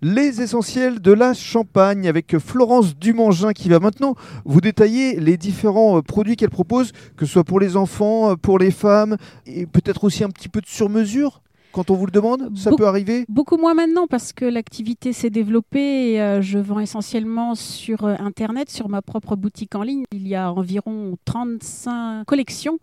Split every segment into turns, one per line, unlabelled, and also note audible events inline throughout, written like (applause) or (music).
Les essentiels de la Champagne avec Florence Dumangin qui va maintenant vous détailler les différents euh, produits qu'elle propose, que ce soit pour les enfants, euh, pour les femmes, et peut-être aussi un petit peu de sur-mesure quand on vous le demande. Ça
Beaucoup-
peut arriver
Beaucoup moins maintenant parce que l'activité s'est développée et euh, je vends essentiellement sur euh, Internet, sur ma propre boutique en ligne. Il y a environ 35 collections.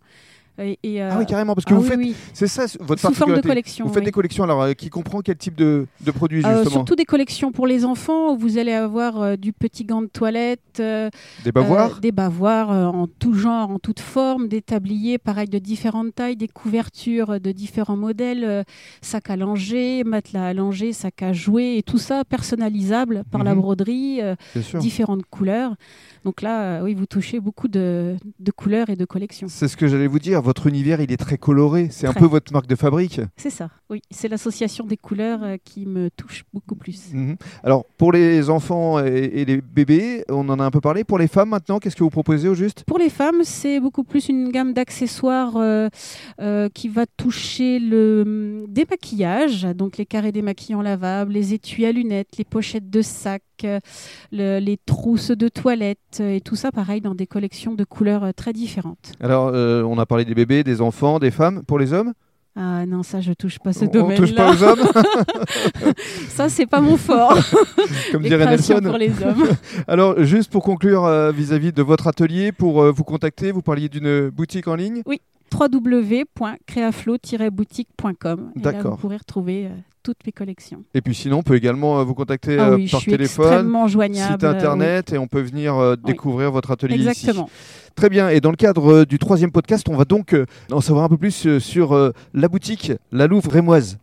Et, et, euh,
Ah oui, carrément, parce que
ah
vous
oui,
faites.
oui,
C'est ça c- votre
sous forme de
particularité.
collection.
vous faites
oui.
des collections alors euh, qui comprend quel type de, de produits
Euh,
justement
surtout des collections pour les enfants où vous allez avoir euh, du petit gant de toilette, euh,
Des bavoirs
Euh, Des bavoirs euh, en tout genre, en toute forme, des tabliers pareil de différentes tailles, des couvertures euh, de différents modèles, euh, sacs à langer, matelas à langer, sacs à jouer, et tout ça personnalisable par la
Mhm.
broderie, euh,
Bien sûr.
différentes couleurs. Donc là, euh, oui, vous touchez beaucoup de, de couleurs et de collections.
C'est ce que j'allais vous dire. Votre univers, il est très coloré. C'est un
Très.
peu votre marque de fabrique.
C'est ça, oui. C'est l'association des couleurs euh, qui me touche beaucoup plus.
Mhm. Alors, pour les enfants et, et les bébés, on en a un peu parlé. Pour les femmes, maintenant, qu'est-ce que vous proposez au juste
Pour les femmes, c'est beaucoup plus une gamme d'accessoires euh, euh, qui va toucher le hum, démaquillage, donc les carrés démaquillants lavables, les étuis à lunettes, les pochettes de sac, euh, le- les trousses de toilette, euh, et tout ça pareil dans des collections de couleurs euh, très différentes.
Alors, euh, on a parlé des bébés, des enfants, des femmes. Pour les hommes,
Ah non, ça je touche pas ce
on ne touche
domaine-là.
pas aux hommes,
(laughs) Ça c'est pas
(laughs)
mon fort.
comme
les
dirait
créations
Nelson.
pour les
(laughs)
hommes.
Alors, juste pour conclure euh, vis-à-vis de votre atelier, pour euh, vous contacter, vous parliez d'une boutique en ligne.
www.creaflow-boutique.com. Et là vous
D'accord.
pourrez retrouver euh, toutes mes collections.
Et puis, sinon, on peut également euh, vous contacter
Ah
euh,
oui, je
par
suis
téléphone,
extrêmement joignable.
site
euh, oui.
internet, et on peut venir euh,
Oui.
découvrir votre atelier ici.
Exactement.
Très bien. Et dans le cadre euh, du troisième podcast, on va donc euh, en savoir un peu plus euh, sur euh, la boutique La Louvre Rémoise.